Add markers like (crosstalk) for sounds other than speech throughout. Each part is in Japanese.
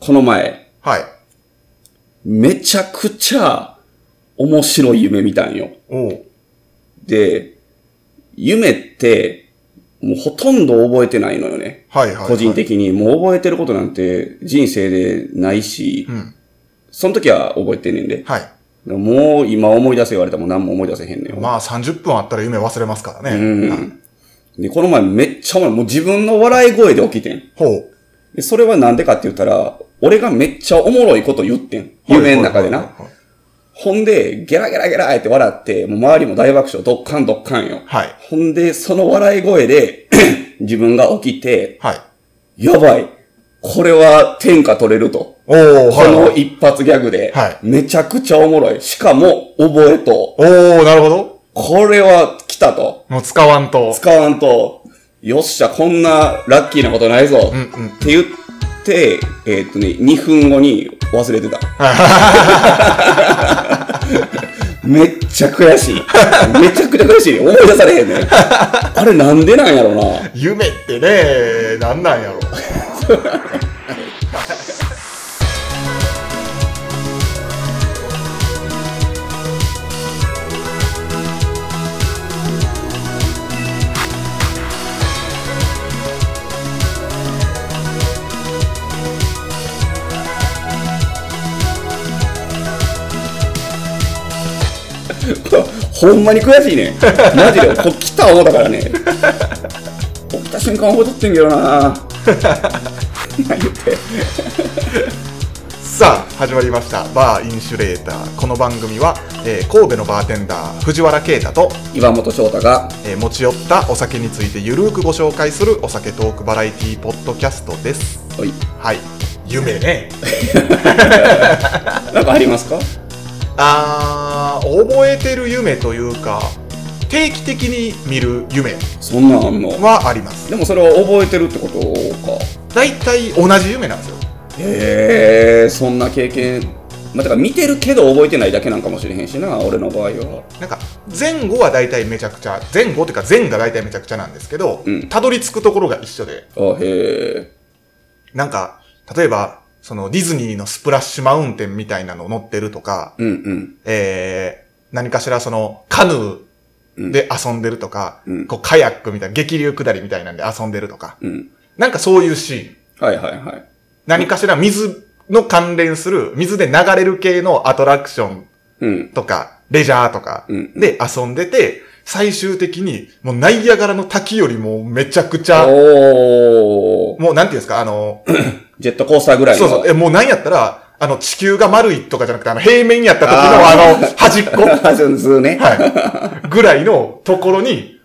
この前、はい。めちゃくちゃ面白い夢見たんよ。おう。で、夢って、もうほとんど覚えてないのよね。はいはい、はい。個人。的に。もう覚えてることなんて人生でないしう、ん。その時は覚えてんねんで。はい。もう今思い出せ言われたらもう何も思い出せへんねんよ。まあ30分あったら夢忘れますからね。うん。で、この前めっちゃおもろいもう自分の笑い声で起きてん。ほう。で、それはなんでかって言ったら、俺がめっちゃおもろいこと言ってん。夢の中ではいな。。ほんで、ゲラゲラゲラって笑って、もう周りも大爆笑、ドッカンドッカンよ。はいほんで、その笑い声で、 (clears throat) 自分が起きて、はい。やばい。これは天下取れると。おー、こはのい。一発ギャグではい、めちゃくちゃおもろい。しかも、覚えと、おー、なるほど。これは来たと。もう使わんと。使わんと、よっしゃ、こんなラッキーなことないぞ。うんうっん。て言って、えーっとね、2分後に忘れて (laughs) た。めっちゃ悔しい。めちゃくちゃ悔しい。思い出されへんね。あれなんでなんやろな。夢ってね、なんなんやろ。ほんまに悔しいね。マジで、こ来た思ったからね。起きた瞬間覚えとってんけどな。何言って。さあ始まりました「バーインシュレーター」この番組は、えー神戸のバーテンダー藤原啓太と、岩本翔太が、えー持ち寄ったお酒についてゆるーくご紹介するお酒トークバラエティポッドキャストですおい、はい夢ねなんかありますかあー覚えてる夢というか定期的に見る夢そんなんあんの。はありますでもそれを覚えてるってことか。大体同じ夢なんですよへえ、そんな経験。まあ、だから見てるけど覚えてないだけなんかもしれへんしな、俺の場合は。なんか前後は大体めちゃくちゃ前後っていうか前が大体めちゃくちゃなんですけどうんたど、り着くところが一緒であ、へえ。なんか、例えば、そのディズニーのスプラッシュマウンテンみたいなの乗ってるとか、うんうん。えー、何かしらそのカヌうーんで遊んでるとか、うんこうカヤックみたいな激流下りみたいなんで遊んでるとか、うん。なんかそういうシーン。はいはいはい。何かしら水の関連する、水で流れる系のアトラクションうん。とか、レジャーとかうん。で遊んでて、最終的にもうナイアガラの滝よりもめちゃくちゃ、おー。もうなんていうんですか、あの、ジェットコースターぐらいその。うそう。え、もうなんやったら、あの、地球が丸いとかじゃなくて、あの、平面やった時のあの、端っこ、 (laughs) (laughs) そう。そうね。はい、ぐらいのところに、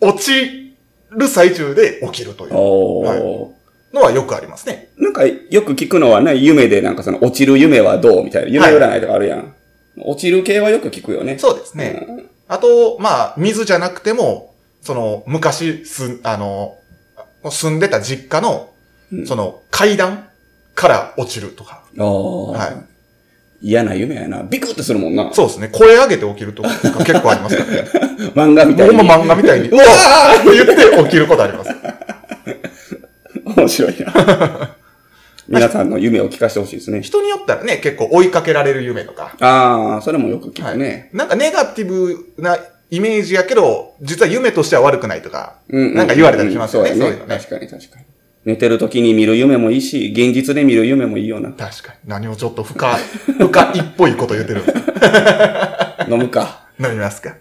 落ちる最中で起きるというおー。のはよくありますね。なんかよく聞くのはね、夢でなんかその落ちる夢はどうみたいな。夢占いとかあるやん。落ちる系はよく聞くよね。そうですね。あと、まあ、水じゃなくても、その、昔、す、あの、住んでた実家の、うんその、階段から落ちるとか。うん。おー。は嫌な夢やな。ビクってするもんな。そうですね。声上げて起きるとか結構ありますからね。 (laughs) 漫画みたい僕に。も漫画みたいに、うわー (laughs) って言って起きることあります。面白いな。 (laughs) 皆さんの夢を聞かせてほしいですね。人によったらね、結構追いかけられる夢とか。ああ、それもよく聞くね。なんかネガティブなイメージやけど、実は夢としては悪くないとか、ううなんか言われたりしますよね。うそんうそういやうねのね。確かに確かに。寝てる時に見る夢もいいし、現実で見る夢もいいよな。確かに。何をちょっと深、深いっぽいこと言ってる。 (laughs) 飲むか。なりますか。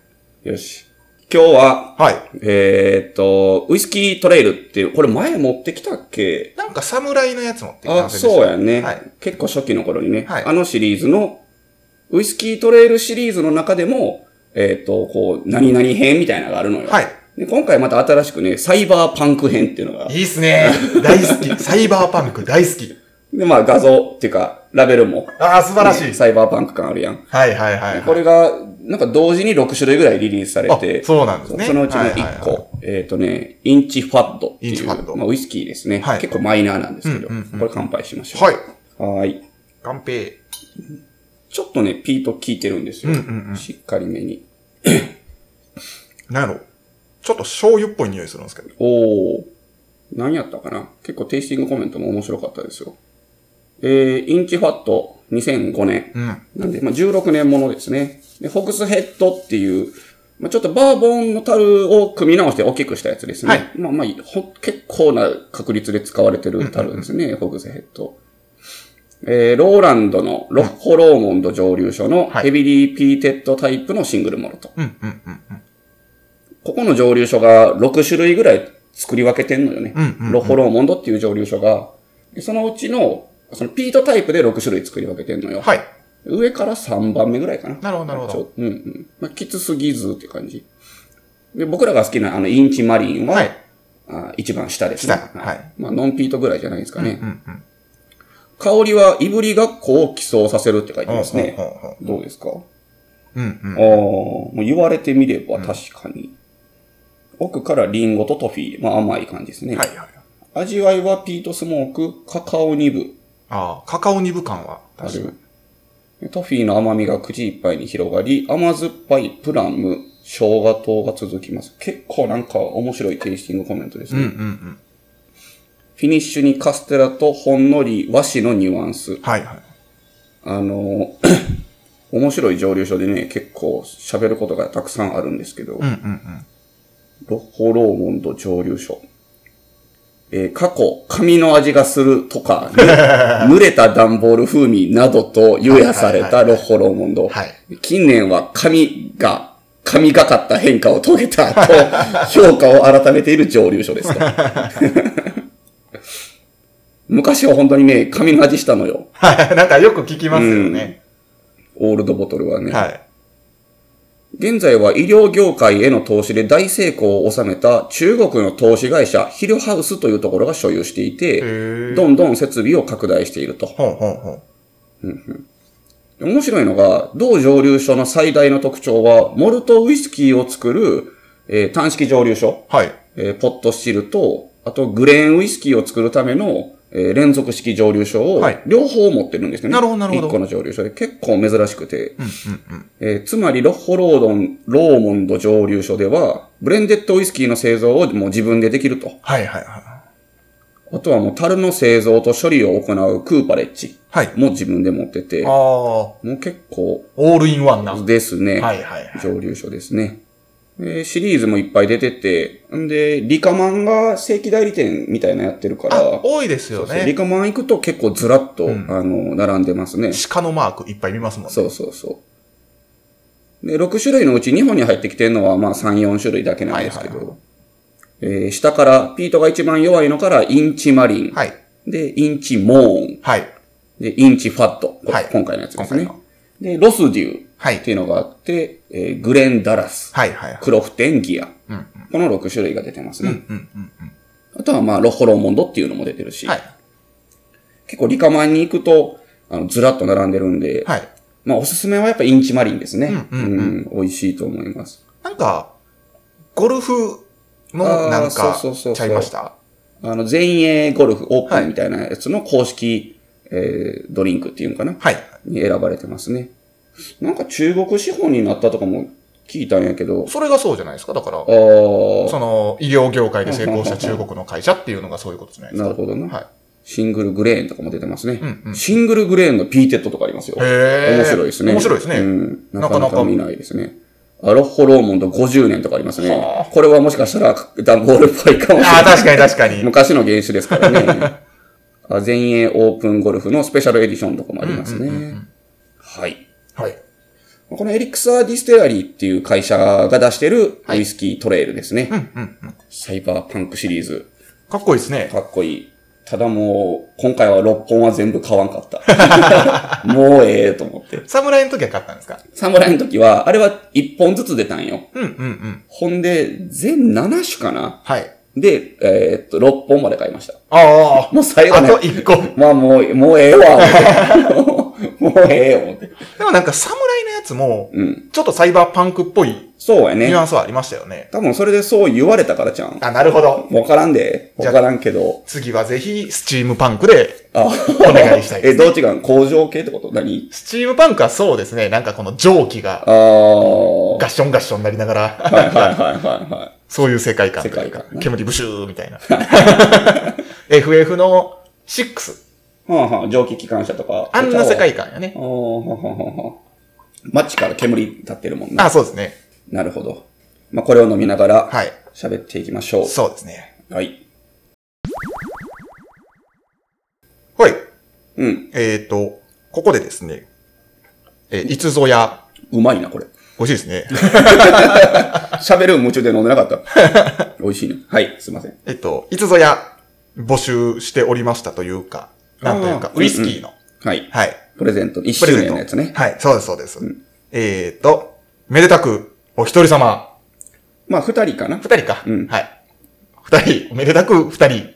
よし。今日は、はい。えーっと、ウイスキートレイルっていう、これ前持ってきたっけなんか侍のやつ持ってきあ、ませんでしたそうやね、はい。結構初期の頃にね、はいあのシリーズの、ウイスキートレイルシリーズの中でも、えーっと、こう、何々編みたいなのがあるのよ。はい。で、今回また新しくね、サイバーパンク編っていうのが、いいっすね。大好き。サイバーパンク大好き。で、まあ画像っていうか、ラベルも、ああ、素晴らしい。サイバーパンク感あるやん。はいはいはいこはい。れが、なんか同時に6種類ぐらいリリースされて、あそうなんですねそのうちのはいはいはい1個、えっとね、インチファッドってインチいファッドう、まあウイスキーですねはい。結構マイナーなんですけど、うんうんうんこれ乾杯しましょはい。う。はーい。乾杯。ちょっとね、ピート効いてるんですようんうんうん。しっかりめに。なんやろ。ちょっと醤油っぽい匂いするんですけど。おー。何やったかな結構テイスティングコメントも面白かったですよ。えー、インチファット2005年。うん。なんで、まあ、16年ものですね。で、ホックスヘッドっていう、まあ、ちょっとバーボンの樽を組み直して大きくしたやつですね。はいまあまあ、ほ結構な確率で使われてる樽ですね、ホックスヘッド。えー、ローランドのロッホローモンド蒸留所のはいヘビリーピーテッドタイプのシングルモルト。うん、うん、うん、うん。ここの蒸留所が6種類ぐらい作り分けてんのよね。うんうんうんロッホローモンドっていう蒸留所が、でそのうちの、そのピートタイプで6種類作り分けてんのよ。はい。上から3番目ぐらいかな。なるほど、なるほちど。ょうんうん。まあ、きつすぎずって感じ。で、僕らが好きなあの、インチマリンは、はい。あ一番下ですね。下はい。まあ、ノンピートぐらいじゃないですかね。うん、うん。香りは、いぶりがっこを起草させるって書いてますね。ほうほうほうほどうですか、ううん、うんあ。あ、もう言われてみれば確かに。奥からリンゴとトフィー。まあ、甘い感じですね。はい、はい。味わいはピートスモーク、カカオニブああ、カカオニブ感は。あ確かる。でトフィーの甘みが口いっぱいに広がり、甘酸っぱいプラム、生姜糖が続きます。結構なんか面白いテイスティングコメントですに。ね。うん、うん、フィニッシュにカステラとほんのり和紙のニュアンスうん。。はい、はい。あの、 (coughs) 面白い蒸留所でね、結構喋ることがたくさんあるんですけど、うん、うん、うん。ロッホローモンド蒸留所。えー過去、紙の味がするとか、 (laughs) ぬ濡れた段ボール風味などと湯やされたロッホローモンド。はい。 (laughs) 近年は紙が、神がかった変化を遂げた (laughs) と評価を改めている蒸留所です (laughs) と。昔は本当にね、紙の味したのよ。はい。なんかよく聞きますよね。オールドボトルはね。はい。現在は医療業界への投資で大成功を収めた中国の投資会社ヒルハウスというところが所有していへて、え。どんどん設備を拡大していると。ほうほうほう。面白いのが、同蒸留所の最大の特徴は、モルトウイスキーを作る、えー単式蒸留所。はい。えーポットシルと、あとグレーンウイスキーを作るための、えー連続式蒸留所をはい両方持ってるんですよね。なるほどなるほど1個の蒸留所で結構珍しくて、うん、うん、えーつまりロッホロードン、ローモンド蒸留所では、ブレンデッドウイスキーの製造をもう自分でできると。はい、はい、はあとはもう樽の製造と処理を行うクーパレッジい。はい。も自分で持ってて、あもあ。う結構オールインワンな。はいですね。はいはい。蒸留所ですね。でシリーズもいっぱい出てて、んで、リカマンが正規代理店みたいなやってるから、あ、多いですよそうリね。カマン行くと結構ずらっと、うんあの、並んでますね。鹿のマークいっぱい見ますもんね。そうそうそう。で、6種類のうち日本に入ってきてるのは、まあ3、4種類だけなんですけど、はいえー下から、ピートが一番弱いのから、インチマリン、はい。で、インチモーン、はい。で、インチファット、これはい今回のやつで今す回ね。の。で、ロスデューっはい。ていうのがあって、えーグレン・ダラス、はいはいはい。クロフテン・ギア、うんうんこの6種類が出てますね。うんうんあとは、まあ、ロッホローモンドっていうのも出てるし、はい。結構リカマンに行くと、あの、ずらっと並んでるんで、はい。まあ、おすすめはやっぱインチマリンですね。うんうんうん美味しいと思います。なんか、ゴルフのあーなんか、そうそうそうそうちゃいました。あの、全英ゴルフオーはプいンみたいなやつの公式、えー、ドリンクっていうのかなはい。に選ばれてますね。なんか中国資本になったとかも聞いたんやけど、それがそうじゃないですか。だからあ、ー、その、医療業界で成功した中国の会社っていうのがそういうことじゃないですなか。るほどな、はいシングルグレーンとかも出てますね。うんうんシングルグレーンのピーテッドとかありますよ。へー面白いですね。面白いですねうん。ななかかななかか見ないですね。アロッホローモンド50年とかありますはね。これはもしかしたら段ボールっぽいかもしれない。ああ、確かに確かに。昔の原種ですからね。あ全英オープンゴルフのスペシャルエディションとかもありますね。はい。はい。このエリクサーディステラリーっていう会社が出してるウイスキートレイルですね。うんうんうん。サイバーパンクシリーズ。かっこいいですね。かっこいい。ただもう、今回は6本は全部買わんかった。もうええと思って。侍の時は買ったんですか侍の時は、あれは1本ずつ出たんよ。うんうんうん。ほんで、全7種かなはい。で、えーっと、6本まで買いました。あもう最後あ、あねと一個。まあもう、もうええわ、思って (laughs) もうええよ、思って。でもなんか侍のやつも、うん。ちょっとサイバーパンクっぽいそうやニねュ。アンスはありましたよね。多分それでそう言われたからじゃん。あ、なるほど。わからんで。じゃわからんけど。次はぜひ、スチームパンクで、あ、お願いしたいで (laughs) え、すねどう違うん工場系ってこと何スチームパンクはそうですね、なんかこの蒸気がああ。はガッションガッションになりながいはいら、はいは (laughs) いはそういう世界観という世界か観、ね煙ブシューみたいな。FF の6い。はあはあ、蒸気機関車とか。あんな世界観やね。お茶を。ああ、はあはあはあ。マッチから煙立ってるもんな。あ、そうですね。なるほど。まあ、これを飲みながら、はい。喋っていきましょう。そうですね。はい。はい。うん。えっ、と、ここでですね、えーいつぞや、うまいな、これ。美味しいで (laughs) すね。喋る夢中で飲んでなかった。 (laughs) 美味しいね。はい、すいません。えっと、いつぞや、募集しておりましたというか、なんというかあ、ーウイスキーの、はい。はい、プレゼント、1プレ周ゼン年ト。のやつね。はい、そうです、そうです。えっと、めでたく、お一人様、まあ、2人かな。二人か。うんはい。二人、めでたく (laughs) 二人、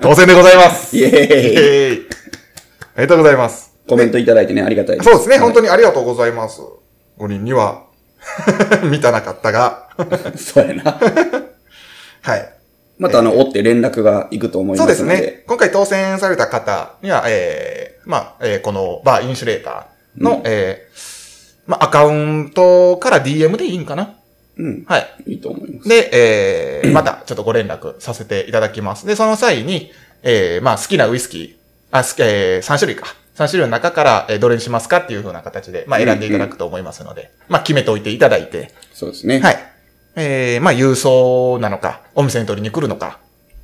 当選でございます。イ (laughs) エーイエーイありがとうございます。コメントいただいてね、ありがたいそうですね、本当に。にありがとうございます。五人には、 (laughs) 見たなかったが、 (laughs) そうやな。はい。また、あの、追って連絡が行くと思いまそうですすので。ね。今回当選された方には、えー、まあ、えーこのバーインシュレーターうの、んえーまあ、アカウントから DM でいいんかなうん。はい。いいと思います。で、えー、またちょっとご連絡させていただきます。で、その際に、えー、まあ好きなウイスキー、あ、好き、えー、3種類か。3種類の中から、えーどれにしますかっていう風な形で、まあ選んでいただくと思いますので、まあ決めておいていただいて、そうですね。はい。えー、まあ郵送なのか、お店に取りに来るのか、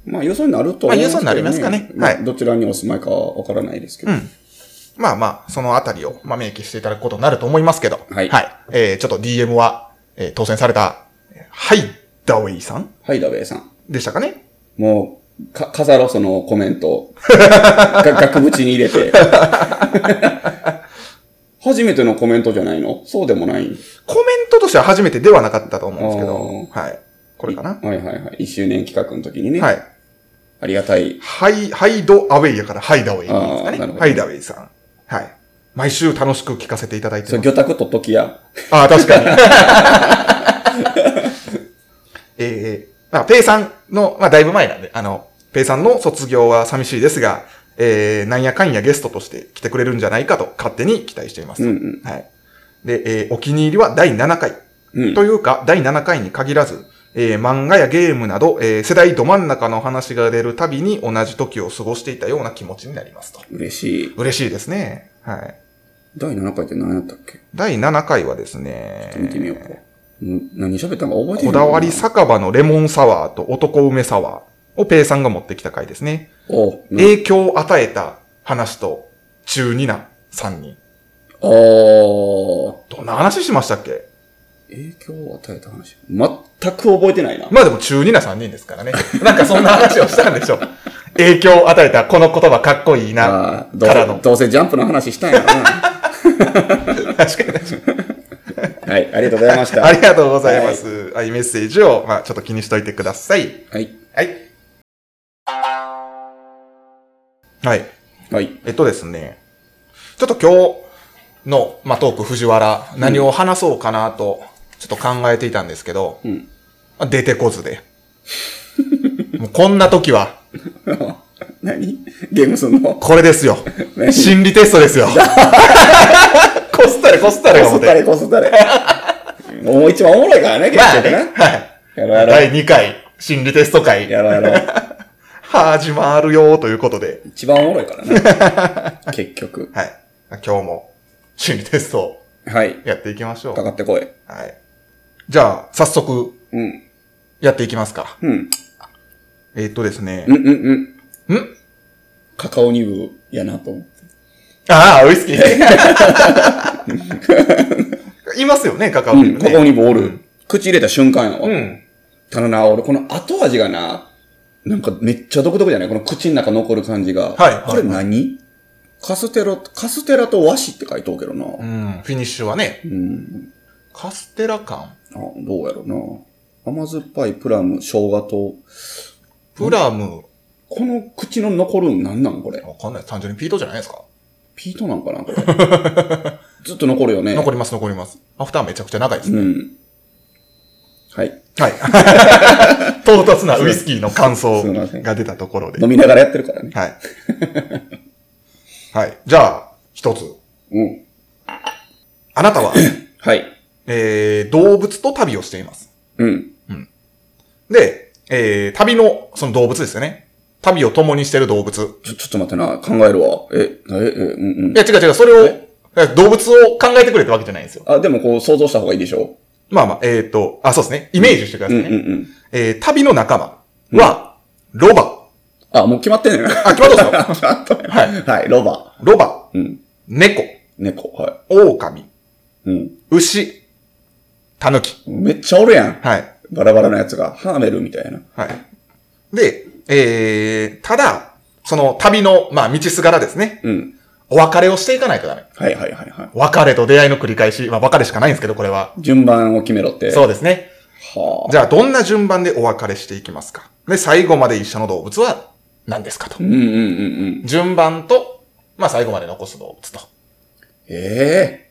まあ、予想になるとまあ思い予想になりますかねまあはいどちらにお住まいかはわからないですけど。うんまあまあ、そのあたりを、まあ明記していただくことになると思いますけど、はいえー、ちょっと DM は、えー当選された、えーハイダウェイさんはい、ダウェイさん。でしたかねもう、か、飾ろう、そのコメント (laughs) を。が、額縁に入れて。 (laughs) 初めてのコメントじゃないのそうでもないコメントとしては初めてではなかったと思うんですけど、はい。ここれかなはいはいはい。一周年企画の時にね。はい。ありがたい。ハイ、ハイドアウェイやから、ハイダウェイですかあーなるほね。どハイダウェイさん。はい。毎週楽しく聞かせていただいてそう、ます。魚拓と時や。ああ、(laughs) 確かに。えー、まあ、ペイさんの、まあ、だいぶ前なんで、あの、ペイさんの卒業は寂しいですが、えー、なんやかんやゲストとして来てくれるんじゃないかと勝手に期待しています。うんうん。はい。で、えーお気に入りは第7回。うん。というか、第7回に限らず、えー漫画やゲームなど、えー世代ど真ん中の話が出るたびに同じ時を過ごしていたような気持ちになりますと。嬉しい。嬉しいですね。はい。第7回って何やったっけ第7回はですね、見てみようか。うん何喋ったんか覚えてこるだわり酒場のレモンサワーと男梅サワーをペイさんが持ってきた回ですね。おう、うん影響を与えた話と中二な3人。おーどんな話しましたっけ影響を与えた話。全く覚えてないな。まあでも中二な3人ですからね。 (laughs) なんかそんな話をしたんでしょう。影響を与えたこの言葉かっこいいな。あーどからのうせ、どうせジャンプの話したん (laughs) やろな。確かに確かに。はい、ありがとうございました。ありがとうございます。はい、メッセージを、まあ、ちょっと気にしといてください。はい。はい。はい。はい。 (laughs) えっとですね。ちょっと今日の、まあ、トーク藤原、何を話そうかなと、ちょっと考えていたんですけど、うんまあ出てこずで。もうこんな時は、何ゲームすんのこれです (laughs) よ。何心理テストですよ。 (laughs) こすったれ、こすったれがこ思すっったて。れこすったれ。もう一番おもろいからね、結まあ局ねな。はい。やろうやろ第2回、心理テスト会う。、やろうやろう。始まるよということで。一番おもろいからな。 (laughs) 結局。はい。今日も心理テストをはい。やっていきましょう。かかってこい。はい。じゃあ、早速うん。やっていきますか。うん。えーっとですねう。んうんうん。んカカオニブやなと思って。ああ、ウイスキー。 (laughs) いますよね、カカオうにん、もカカオね。ニブおる。口入れた瞬間やわ。うん。ただな、俺この後味がな、なんかめっちゃ独特じゃないこの口の中残る感じが。はいはいこれ何カステラ、カステラと和紙って書いとうけどな。う。うんフィニッシュはね、ん。カステラ感。あどうやろうな。甘酸っぱいプラム、生姜と、プラム。この口の残るんなんなんこれ。わかんない。単純にピートじゃないですか。ピートなんか (laughs) なこれ。ずっと残るよね。残ります、残ります。アフターめちゃくちゃ長いですうね。ん。はい。はい。 (laughs) 唐突なウイスキーの感想すいませんが出たところで。飲みながらやってるからね。はい。はい。じゃあ、一つ。うん。あなた (laughs) は、はい。えー、動物と旅をしています。うん。で、えー、旅の、その動物ですよね。旅を共にしてる動物。ちょ、ちょっと待ってな、考えるわ。え、え、え、うんうんい。や、違う違う、それを、動物を考えてくれってわけじゃないんですよ。あ、でもこう想像した方がいいでしょまあまあ、えっ、と、あ、そうですね。イメージしてくだうさいんね。うんうん。えー旅の仲間は、ロバ。あ、もう決まってんねん (laughs) な。あ、決まったんですよ。はい。はい、ロバ。ロバ、うん。猫、猫。は狼、い。うん。牛、狸。めっちゃおるやん。はい。バラバラのやつが。ハーメルみたいな。はい。で、えー、ただ、その旅の、まあ、道すがらですね。うん。お別れをしていかないとダメ。はいはいはいはい。別れと出会いの繰り返し。まあ、別れしかないんですけど、これは。順番を決めろって。そうですね。はあ。じゃあ、どんな順番でお別れしていきますかで、最後まで一緒の動物は何ですかとう。んうんうんうん。順番と、まあ、最後まで残す動物と。ええ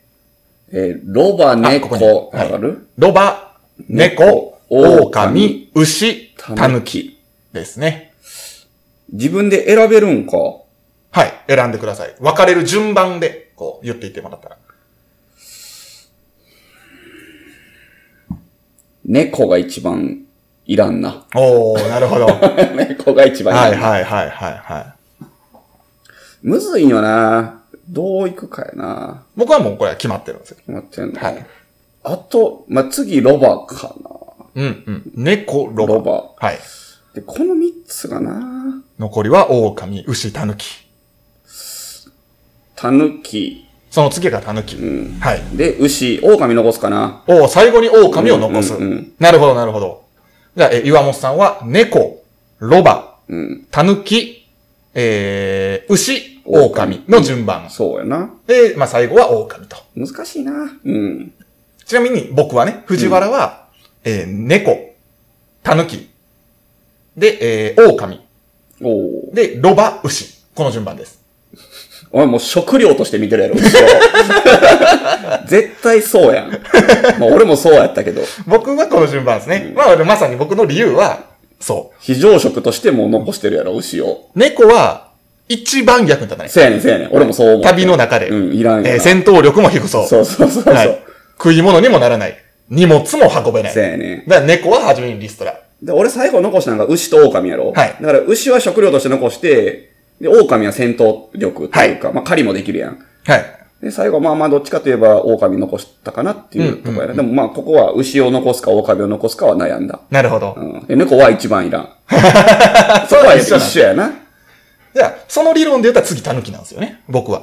えーロバ、あ猫。ここにはわいかるロバ、猫、猫狼、牛、狸狸ですね。自分で選べるんか。はい。選んでください。分かれる順番で、こう、言っていってもらったら。猫が一番いらんな。おー、なるほ (laughs) ど。はい猫が一番いらはんいな。はいはいはい。むずいよな。どういくかやな。僕はもうこれは決まってるんですよ。待ってんの。はい。あと、まあ、次、ロバかな。うんうん。猫、ロバ。ロバはい。で、この三つがな。残りは、狼、牛、狸。タヌキ。その次が狸。はい。で、牛、狼残すかな。お最後に狼を残す。うんうんうんなるほど、なるほど。じゃあ、え、岩本さんは、猫、ロバ、うん。狸、えー、牛、狼の順番。そうやな。で、まあ、最後は狼と。難しいな。うん。ちなみに、僕はね、藤原は、えー、猫、狸、で、えー、狼、おお。で、ロバ、牛。この順番です。お前もう食料として見てるやろ、牛を (laughs) 絶対そうやん。まあ、俺もそうやったけど、僕はこの順番ですね。まあ、まさに僕の理由は、そ非常食としてもう残してるやろ、牛を。う。猫は、一番逆じゃない。せやねん、せやねん。俺もそう思う。旅の中で、うん、いらんよな。えー戦闘力も低そう。そうそうそうそう。はい。食い物にもならない。荷物も運べない。せだかやねん。ら猫は初めにリストラ。で、俺最後残したのが牛と狼やろはいだから牛は食料として残して、で、狼は戦闘力っていうか、まあ狩りもできるやん。はい。で、最後、まあまあどっちかといえば狼残したかなっていうとこやな。でもまあここは牛を残すか狼を残すかは悩んだ。なるほど。うん。で、猫は一番 (laughs) いらん。そこは一緒やな。じゃあ、その理論で言ったら次狸なんですよね。僕は。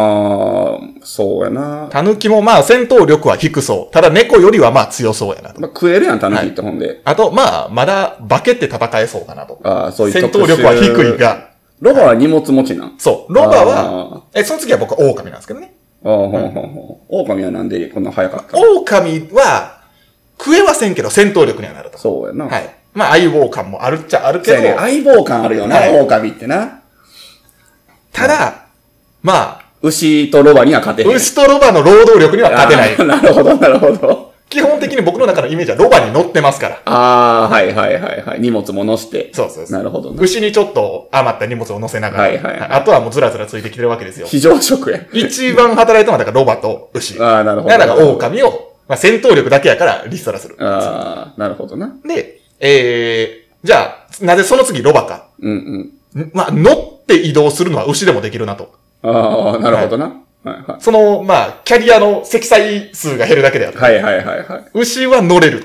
あー、そうやな。狸もまあ戦闘力は低そう。ただ猫よりはまあ強そうやなと。まあ食えるやん、タヌキって本で。あと、まあ、まだ化けて戦えそうかなと。あーそういう戦特殊闘力は低いが。ロバは荷物持ちなん。そう。ロバは、え、その次は僕は狼なんですけどね。あー、ほんほんほん。狼はなんでこんな早かった狼は、食えはせんけど戦闘力にはなると。そうやな。はい。まあ、相棒感もあるっちゃあるけそうどや。ね。相棒感あるよな、はい狼ってな。ただ、まあ、牛とロバには勝てへん。牛とロバの労働力には勝てないあー。なるほど、なるほど。基本的に僕の中のイメージはロバに乗ってますから。ああ、はいはいはいはい。荷物も乗して。そうそうそうなるほどな。牛にちょっと余った荷物を乗せながら、はいはいはいあとはもうずらずらついてきてるわけですよ。非常食や。一番働いたのはだからロバと牛。ああ、なるほど。だから狼を、まあ、戦闘力だけやからリストラする。ああ、なるほどな。で、えー、じゃあ、なぜその次ロバか。うんうん。んまあ、乗って移動するのは牛でもできるなと。ああ、なるほどな。はいはその、まあ、キャリアの積載数が減るだけである。い。はいはいはいは牛は乗れる。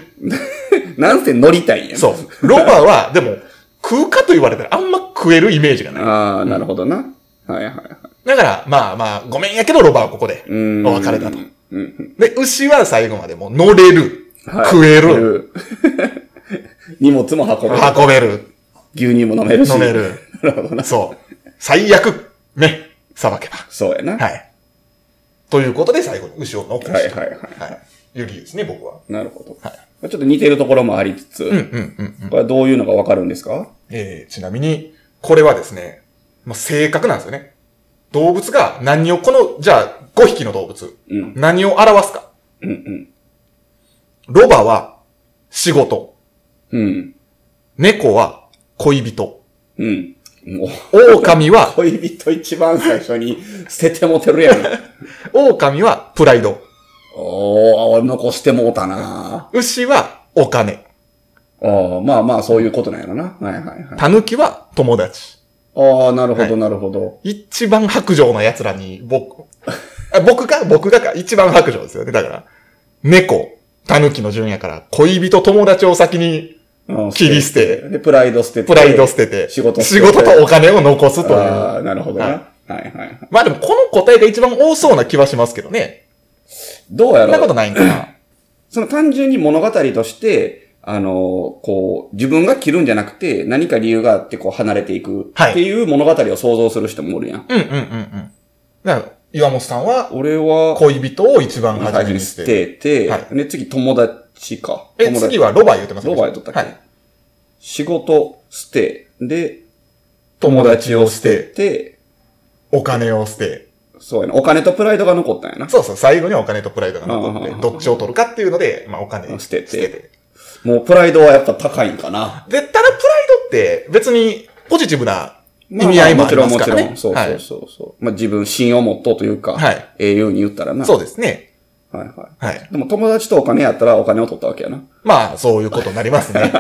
い。なんせ乗りたいんやん。そう。ロバは、でも、食うかと言われたらあんま食えるイメージがない。ああ、なるほどな。はいはいはい。だから、まあまあ、ごめんやけど、ロバはここで、うーん。お別れだと。うんうん。で、牛は最後までもう乗れる。はい食える。る。 (laughs) 荷物も運べる。運べる。牛乳も飲めるし。飲める。 (laughs) なるほどな。そう。最悪、ね、さばけば。そうやな。はい。ということで、最後に牛を残して。はいはいはいはい。いう理由ですね、僕は。なるほど。まあちょっと似てるところもありつつ、うんうんうん。これはどういうのがわかるんですかえー、ちなみに、これはですね、まあ、正確なんですよね。動物が何を、この、じゃあ、5匹の動物、うん何を表すか。うんうん。ロバは仕事、うん。猫は恋人、うん。もう狼は、恋人一番最初に捨ててもてる (laughs) やん。狼はプライド、おー、残してもうたな牛はお金、ああ、まあまあ、そういうことなんやろな。はいはいはい。たぬきは友達。ああ、なるほはど、なるほど。一番白状の奴らに、僕、あ僕が僕がか、一番白状ですよね。だから、猫、狸の順やから、恋人友達を先にうん切り捨て、で、プライド捨てて。プライド捨てて、仕事捨仕てて事とお金を残すという。ああ、なるほどな。はいはいはい。まあでも、この答えが一番多そうな気はしますけどね。どうやそんなころとうないんかな。その単純に物語として、あの、こう、自分が切るんじゃなくて、何か理由があってこう離れていく。はいっていう物語を想像する人もおるやん。うんうんうんうん。だから、岩本さんは、俺は、恋人を一番最初初めにに捨捨てて。てて、はで、次友達か。え、友達次はロバ言ってますロバやっとったっけ、はい。仕事捨て、で、友達を捨て、で、お金を捨て。そうやな。お金とプライドが残ったんやな。そうそう、最後にはお金とプライドが残っうんうんてう、んどっちを取るかっていうので、まあお金捨てて捨てて。もうプライドはやっぱ高いんかな。で、ただプライドって別にポジティブな意味合いもありますからね。もちろんもちろん。そうはそういそうそう、まあ自分、信をもっとというか、はいええように言ったらな。。そううですね。はいははい。い。でも友達とお金やったらお金を取ったわけやな。まあ、そういうことになりま (laughs) すね。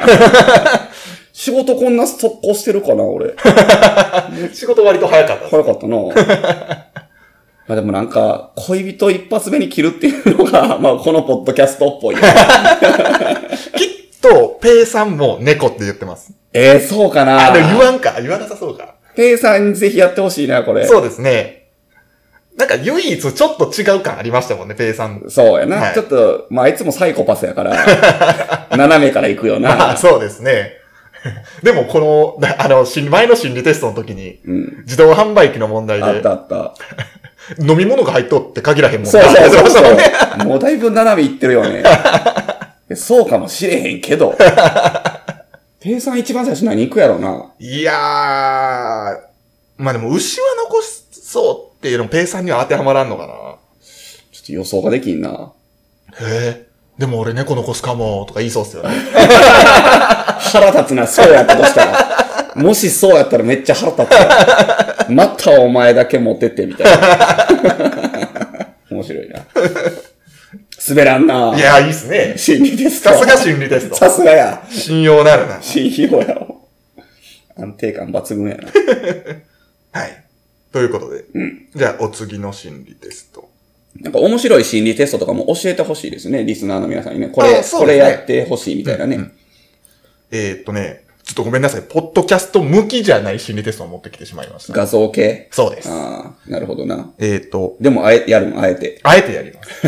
仕事こんな速攻してるかな、俺。仕事割と早かったです。早かった (laughs) な。まあでもなんか、恋人一発目に切るっていうのが、 (laughs) まあこのポッドキャスト (laughs) っぽい。きっと、ペイさんも猫って言ってます。ええそうかな。あ、でも言わんか。言わなさそうか。ペイさんにぜひやってほしいな、これ。そうですね。なんか唯一ちょっと違う感ありましたもんね、ペイさん。そうやな、はいちょっと、まあ、あいつもサイコパスやから、 (laughs) 斜めから行くよまあ、な。そうですね。 (laughs) でも、この、なあの、心前の心理テストの時に、うん。自動販売機の問題あっでた、あった。飲み物が入っとって限らへんもんそうそうそうましたもんね。そう。もうだいぶ斜め行ってるよ (laughs) ね。いやそうかもしれへんけど。ペイさん一番最初何行くやろな。いやー、まあでも、牛は残しそうっていうのも、ペイさんには当てはまらんのかな。ちょっと予想ができんな。へえ。でも俺猫残すかも、とか言いそうっすよね。腹立つな、そうやったとしたら。もしそうやったらめっちゃ腹立つわ。またお前だけ持ってって、みたいな。面白いな。滑らんな。いやー、いいっすね。心理テスト。さすが心理テスト。さすがや。信用なるな。信用やわ。安定感抜群やな。はい。ということで。じゃあ、お次の心理テスト。なんか面白い心理テストとかも教えてほしいですね。リスナーの皆さんにね。こあれ、あそうこですれねやってほしいみたいなね。えー、っとね、ちょっとごめんなさい。ポッドキャスト向きじゃない心理テストを持ってきてしまいました。画像系。そうです。ああ、なるほどな。えー、っと、でも、あえ、やるの、あえて。あえてや (laughs) ります。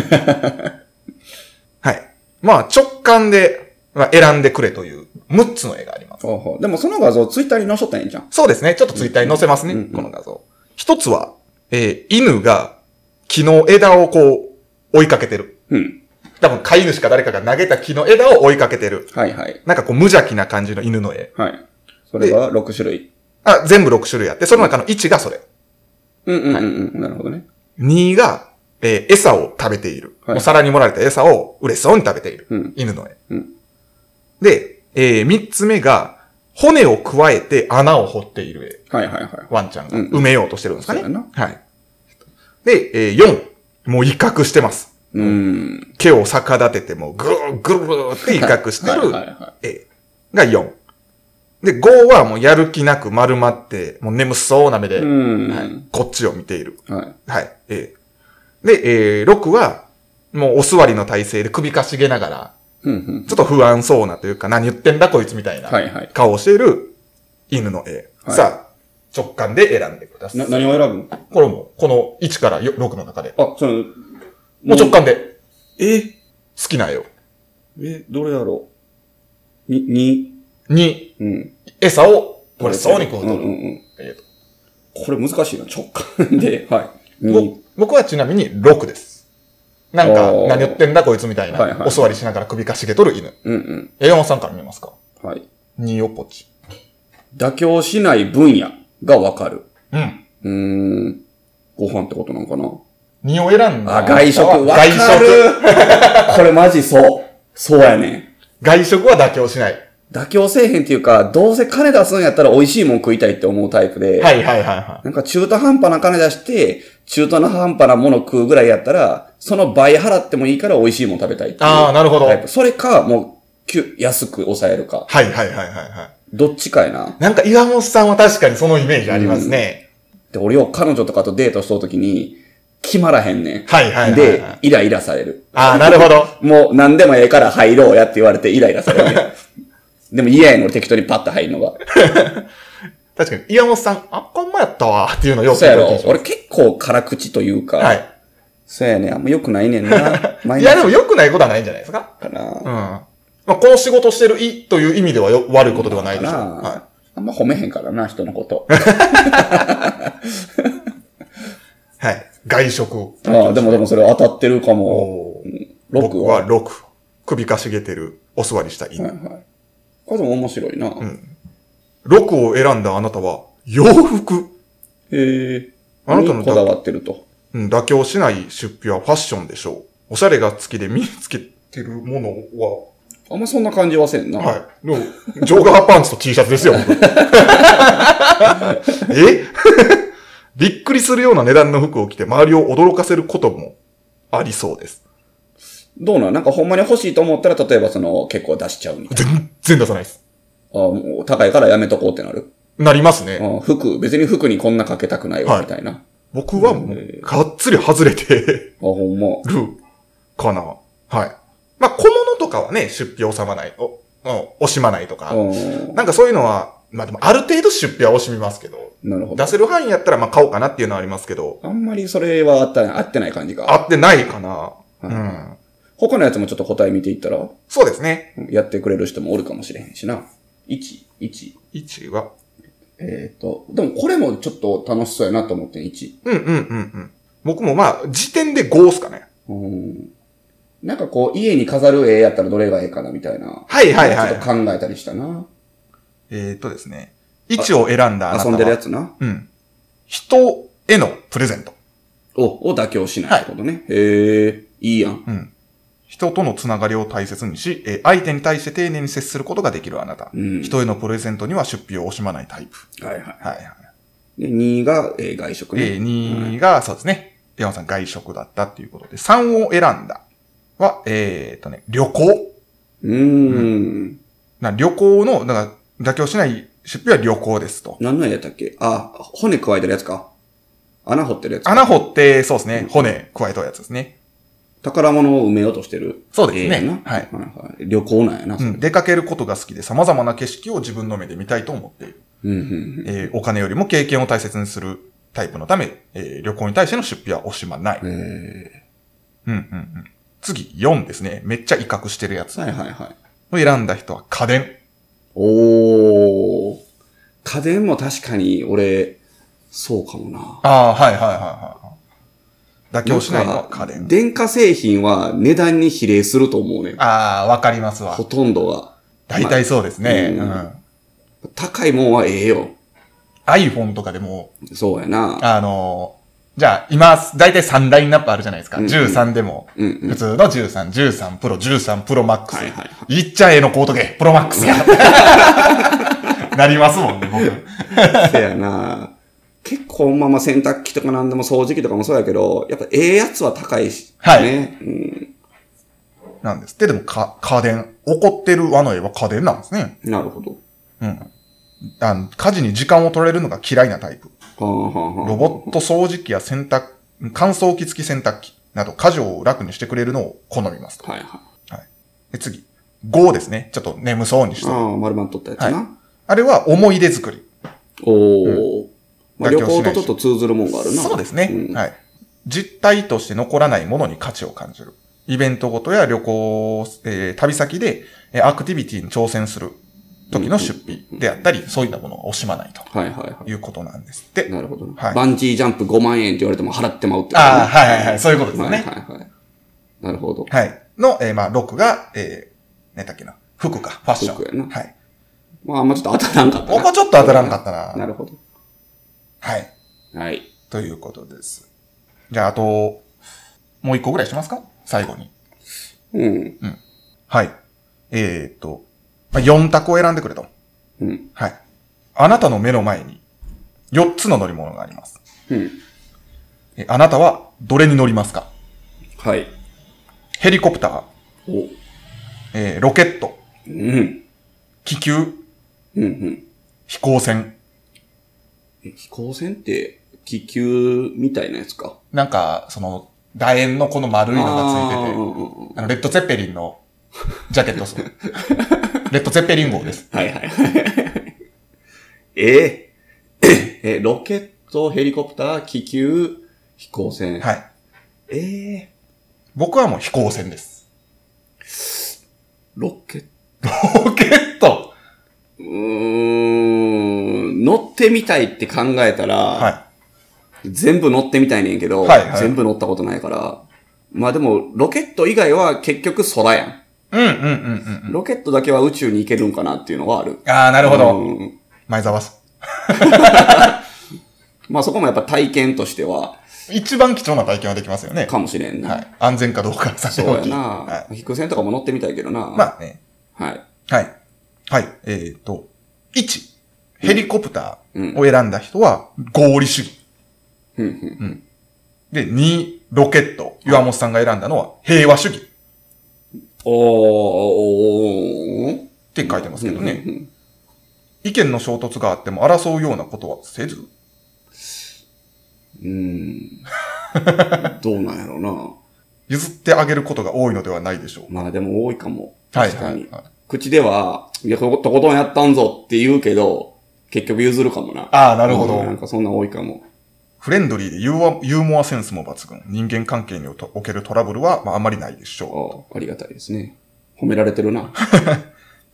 はい。まあ、直感で、まあ、選んでくれという6つの絵があります。ほうほうでも、その画像ツイッターに載しとったらいいんじゃん。そうですね。ちょっとツイッターに載せますね。うんうんこの画像。一つは、えー、犬が木の枝をこう、追いかけてる。うん。多分、飼い主か誰かが投げた木の枝を追いかけてる。はいはい。なんかこう無邪気な感じの犬の絵。はい。それが6種類。あ、全部6種類あって、その中の1がそれ。うんうんうんうん。なるほどね。 2が、えー餌を食べている。はいもう皿に盛られた餌を嬉しそうに食べている。うん犬の絵。うんで、え3つ目が、骨を加えて穴を掘っているはいはいはい。絵。ワンちゃんがうん埋めようとしてるんですかね。そうやなはい。で、え4、もう威嚇してます。うーん。毛を逆立ててもうぐるぐるぐるって威嚇して (laughs) はいはいるは絵が4。で、5はもうやる気なく丸まって、もう眠そうな目で、い。うーん。ははいこっちを見ている。い。はい。ええで、えー、6は、もうお座りの体勢で首かしげながら、うんうん。ちょっと不安そうなというか、何言ってんだこいつみたいなはいはい。顔をしている犬の絵。はいさあ、直感で選んでくださな、い。何を選ぶのこれも、この1から6の中で。あ、その、もう直感で、え、好きな絵を。え、どれやろうに、に、 2、うん。餌を、これそうにこううん取うんる。うん。えーとこれ難しいな、直感 (laughs) で。はい。ぼに、僕はちなみに6です。なんか、おー何言ってんだこいつみたいはいはな、いお座りしながら首かしげとる犬。うんうん。え、山本さんから見ますかはい。 ?2 をポチ。妥協しない分野がわかる。うん。うーん。ご飯ってことなんかな二を選んだ。あ、外食。わか外る食。これマジそう。そうやね。外食は妥協しない。妥協せえへんっていうか、どうせ金出すんやったら美味しいもん食いたいって思うタイプで。はいはいはいはなんか中途半端な金出して、中途半端なもの食うぐらいやったら、その倍払ってもいいから美味しいもん食べたいっていあーなるほどタイプそれか、もう、きゅ安く抑えるか。はいはいはいはいはどっちかやな。い。なんか岩本さんは確かにそのイメージありますね。で、俺を彼女とかとデートしとうときに、決まらへんねん。はいはいはいはいで、イライラされる。ああ、なるほど。もう何でもええから入ろうやって言われてイライラされるね (laughs) ん。でも嫌やねん、俺適当にパッと入るのが。確かに、岩本さん、あ、こんまやったわ、っていうのよくそうや聞ろい。て俺結構辛口というか。はそうやねん。あんま良くないねん (laughs) な。マい。イいナや、スでも良くないことはないんじゃないですかかうん。な。まあ、この仕事してるいという意味ではよ悪いことではないでしょう。まあなはあんま褒めへんからな、人の (laughs) こと。い。はい。外食。ああ、でもでもそれ当たってるかも。おーロッ僕クは。は6。首かしげてる、お座りした犬。はいはい。これでも面白いな。 6を選んだあなたは、洋服。へえ。あなたのにこだわってると。うん、妥協しない出費はファッションでしょう。おしゃれが好きで身につけてるものあんまそんな感じはせんな。は、はい。の、ジョーガーパンツと T シャツですよ、僕 (laughs) え (laughs) びっくりするような値段の服を着て周りを驚かせることもありそうです。どうなんなんかほんまに欲しいと思ったら、例えばその、結構出しちゃうみたい全然出さないです。な。ああもう高いからやめとこうってなる。なりますね。ああ服、別に服にこんなかけたくないわ、はいみたいな。あ、僕はもう、がっつり外れてほんま。る、かな。はい。まあ、小物とかはね、出費を収まない、お、お惜しまないとか、うんなんかそういうのは、まあでもある程度出費は惜しみますけど、なるほど出。せる範囲やったらまあ買おうかなっていうのはありますけど、あんまりそれは合ってない合ってない感じが。合ってないかな。う。うん他のやつもちょっと答え見ていったら、うそうですね。んやってくれる人もおるかもしれへんしな。1、1。 1は。えっ、と、でもこれもちょっと楽しそうやなと思ってん、1。うんうんうんうん。僕もまあ、時点で5っすかね。うん。なんかこう、家に飾る絵やったらどれがええかな、みたいな。はいはいはちょっい。と考えたりしたな。えっとですね。1を選んだあなた遊は。んでるやつな。うん。人へのプレゼント。を、を妥協しないってことね。へえ、いいやん。うん。人とのつながりを大切にし、えー相手に対して丁寧に接することができるあなた。うん人へのプレゼントには出費を惜しまないタイプ。はいははいはい。い。で、2が、えー外食ね。えー、2が、そうですね。山本さん外食だったっていうことで、3を選んだは、えーっとね、旅行。うーん。な旅行の、だから、妥協しない出費は旅行ですと。何の絵やったっけあ、骨加えてるやつか。穴掘ってるやつか。穴掘って、そうですね、骨加えたやつですね。宝物を埋めようとしてる。そうですねええなはいはいはい。旅行なんやな。う、うん出かけることが好きで様々な景色を自分の目で見たいと思っている。んうんえーお金よりも経験を大切にするタイプのため、えー旅行に対しての出費は惜しまない。う。うんんえうんうん、次、4ですね。めっちゃ威嚇してるやつ。ー、はいはいはい。を選んだ人は家電。おー。家電も確かに、俺、そうかもな。ああ、はいはいはいはいはい。妥協しないのは家なん電か。電化製品は値段に比例すると思うねん。ああ、わかりますわほ。とんどが。大体そうですね。ううんん。高いもんはええよ。 iPhone とかでも、そうやな。あのー、じゃあ、今、大体3ラインナップあるじゃないですか。うんうん13でも、うんう普ん。通の13、13プロ、13プロマックスはいはいはい。いっちゃんえのコートけ、プロマックスや。 (laughs) なりますもんね、僕。せやな。結構まあまあ洗濯機とかなんでも掃除機とかもそうやけど、やっぱええやつは高いし。はいね。うん。なんですって、でも、か、家電。怒ってるあの絵は家電なんですね。なるほど。うん。あの、家事に時間を取られるのが嫌いなタイプ。はあはあはあロボット掃除機や洗濯、乾燥機付き洗濯機など家事を楽にしてくれるのを好みますと。はいはい。で次、5ですね。ちょっと眠そうにしあた。あ、丸まっとったやつな。あれは思い出作り。おお、まあ、旅妥協し行なといしちょっと通ずるもんがあるな。そうですね、うんはい。実体として残らないものに価値を感じる。イベントごとや旅行、えー旅先で、えーアクティビティに挑戦する時の出費であったり、そういったものを惜しまないとはいはいはいうことなんですってい。。なるほどな、はいバンジージャンプ5万円って言われても払ってまうってことねああ、はいはいはい。そういうことですよね。はいはいはい。なるほど。はい。の、えーまあ、6が、えー、何だっけな。服か、ファッション。服やなはい。まあ、あんまちょっと当たらんかったな。ここちょっと当たらんかったな。なるほど。はい。はい。ということです。じゃあ、あと、もう一個ぐらいしますか最後に。うん。はい。えー、っと、まあ、4択を選んでくれと。うん。はい。あなたの目の前に、4つの乗り物があります。うん。えあなたは、どれに乗りますかはい。ヘリコプター、お。えーロケット、うん。気球、うん、うん。飛行船。え飛行船って、気球みたいなやつか。なんか、その、楕円のこの丸いのがついてて、はあの、レッド・ツェッペリンのジャケ (laughs) ットっすねレッド・ツェッペリン号です。いはいはい。 (laughs) えーえ、ロケット、ヘリコプター、気球、飛行船。はい。ええ僕はもう飛行船です。ロケット、ロケットうーん、乗ってみたいって考えたら、は全部乗ってみたいねんけど、はいはい全部乗ったことないから、まあでも、ロケット以外は結局空やん。い。うんうんうんうんロケットだけは宇宙に行けるんかなっていうのはある。うん。ああ、なるほど。うん前澤さまあそこもやっぱ体験としては、ん。一番貴重な体験はできますよね。かもしれんな。はい。安全かどうかはさてそうおやき。な。は飛行船とかも乗ってみたいけどな。い。まあね。はい。はい。はい。えっ、と、1、ヘリコプタうんーを選んだ人は合理主義。うんうんで、2、ロケット。岩本さんが選んだのは平和主義っおー、おー、て書いてますけどね。うん意見の衝突があっても争うようなことはせず。うんうん。うん。どうなんやろうな。譲ってあげることが多いのではないでしょう。まあでも多いかも。はい確かに。はいはい口では、いや、とことんやったんぞって言うけど、結局譲るかもな。ああ、なるほど。うんなんかそんな多いかも。フレンドリーでユーワユーモアセンスも抜群。人間関係におとおけるトラブルは、まあ、あまりないでしょああ、ありがたいですね。褒められてるな。う。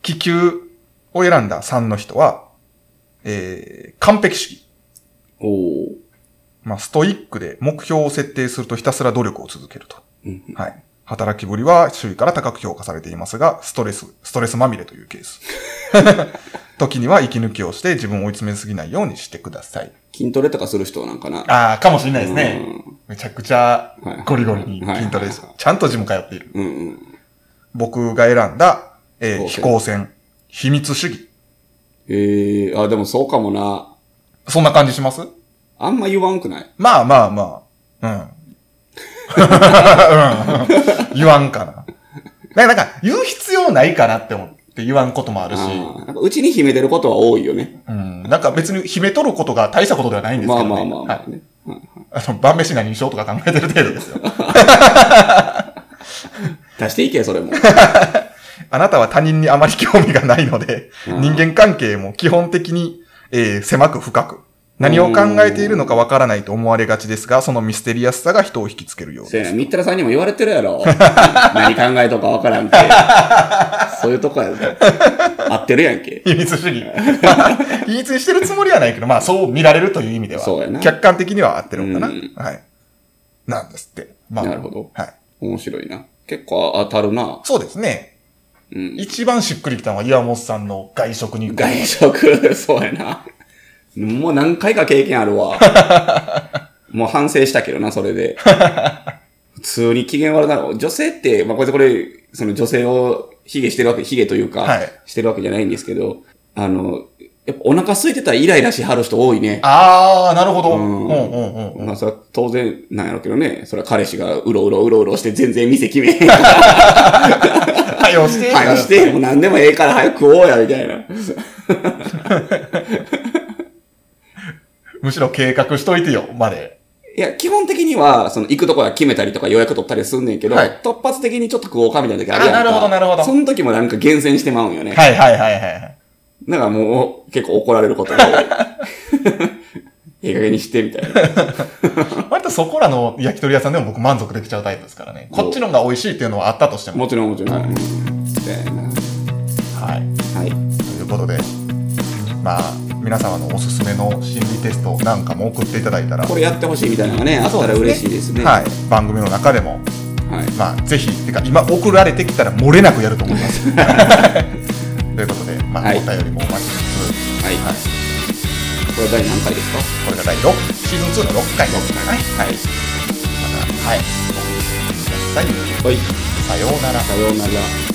気球を選んだ3の人は、えー、完璧主義。おお。まあ、ストイックで目標を設定するとひたすら努力を続けると。うんはい。働きぶりは周囲から高く評価されていますが、ストレス、ストレスまみれというケース。 (laughs) 時には息抜きをして自分を追い詰めすぎないようにしてください。筋トレとかする人なんかな。ああ、かもしれないですうね。んめちゃくちゃはいゴリゴリに筋トレですはいはいは。ちゃんとジム通っている。うんうん。僕が選んだ、えー飛飛行行船、秘密主義。ええあ、でもそうかもな。そんな感じしますあんま言わんくないまあまあまあ、うん。うん言わんかな。なんかなんか、言う必要ないかなって思って言わんこともあるし、ああなんかうちに秘めてることは多いよね。うん、なんか別に秘めとることが大したことではないんですけまど、あね。まあまあまはあね。うんい、あの、晩飯何にしようとか考えてる程度ですよ。出していけ、そ (laughs) れも。あなたは他人にあまり興味がないので、うん人間関係も基本的に、えー狭く深く。何を考えているのかわからないと思われがちですが、そのミステリアスさが人を引きつけるようせやな、です。みったらさんにも言われてるや (laughs) ろ。何考えとかわからんけ。そういうとこやで。合ってるやんけ。秘密主義。 (laughs) 秘密にしてるつもりはないけど、まあそう見られるという意味では、そうやな客観的には合ってるのかな、うんはい。なんですって。まあ、なるほどはい。面白いな。結構当たるな。そうですね。うん。一番しっくりきたのは岩本さんの外食に行く。外食、 (laughs) そうやな。もう何回か経験ある (laughs) わ。もう反省したけどな、それで。普通に機嫌悪なの。女性って、まあ、これ、これ、その女性を卑下してるわけ、卑下というか、はいしてるわけじゃないんですけど、あの、やっぱお腹空いてたらイライラしはる人多いね。あー、なるほど。ううんんうんうんうん。まあ、それは当然なんやろうけどね。それは彼氏がうろうろうろうろして全然店決めへんから。はい、押して。 (laughs) 早して、もう何でもええから早く食おうや、みたいな。むしろ計画しといてよ、まで。いや、基本的には、その、行くとこは決めたりとか予約取ったりすんねんけど、はい突発的にちょっと食おうかみたいな時あるやんか。あなるほどなるほどその時もなんか厳選してまうんよね。はいはいはいはい。だからもう、結構怒られることが多い。 (laughs) ええ加減にして、みたいな。割とそこらの焼き鳥屋さんでも僕満足できちゃうタイプですからね。こっちのが美味しいっていうのはあったとしても。もちろんもちろん。みたいな。はい。はい。ということで、まあ、皆様のおすすめの心理テストなんかも送っていただいたら、これやってほしいみたいなのがね、あったら嬉しいですね。はい。番組の中でも、はい。まあ、ぜひ、てか今送られてきたら漏れなくやると思い (laughs) ます。ということで、まあ、はいお便りもお待ちしつつ、はい。はいこれ第何回ですかこれが第6、シーズン2の6回ですからね。はい。また、はい。お聞きください。はい。さようなら。さようなら。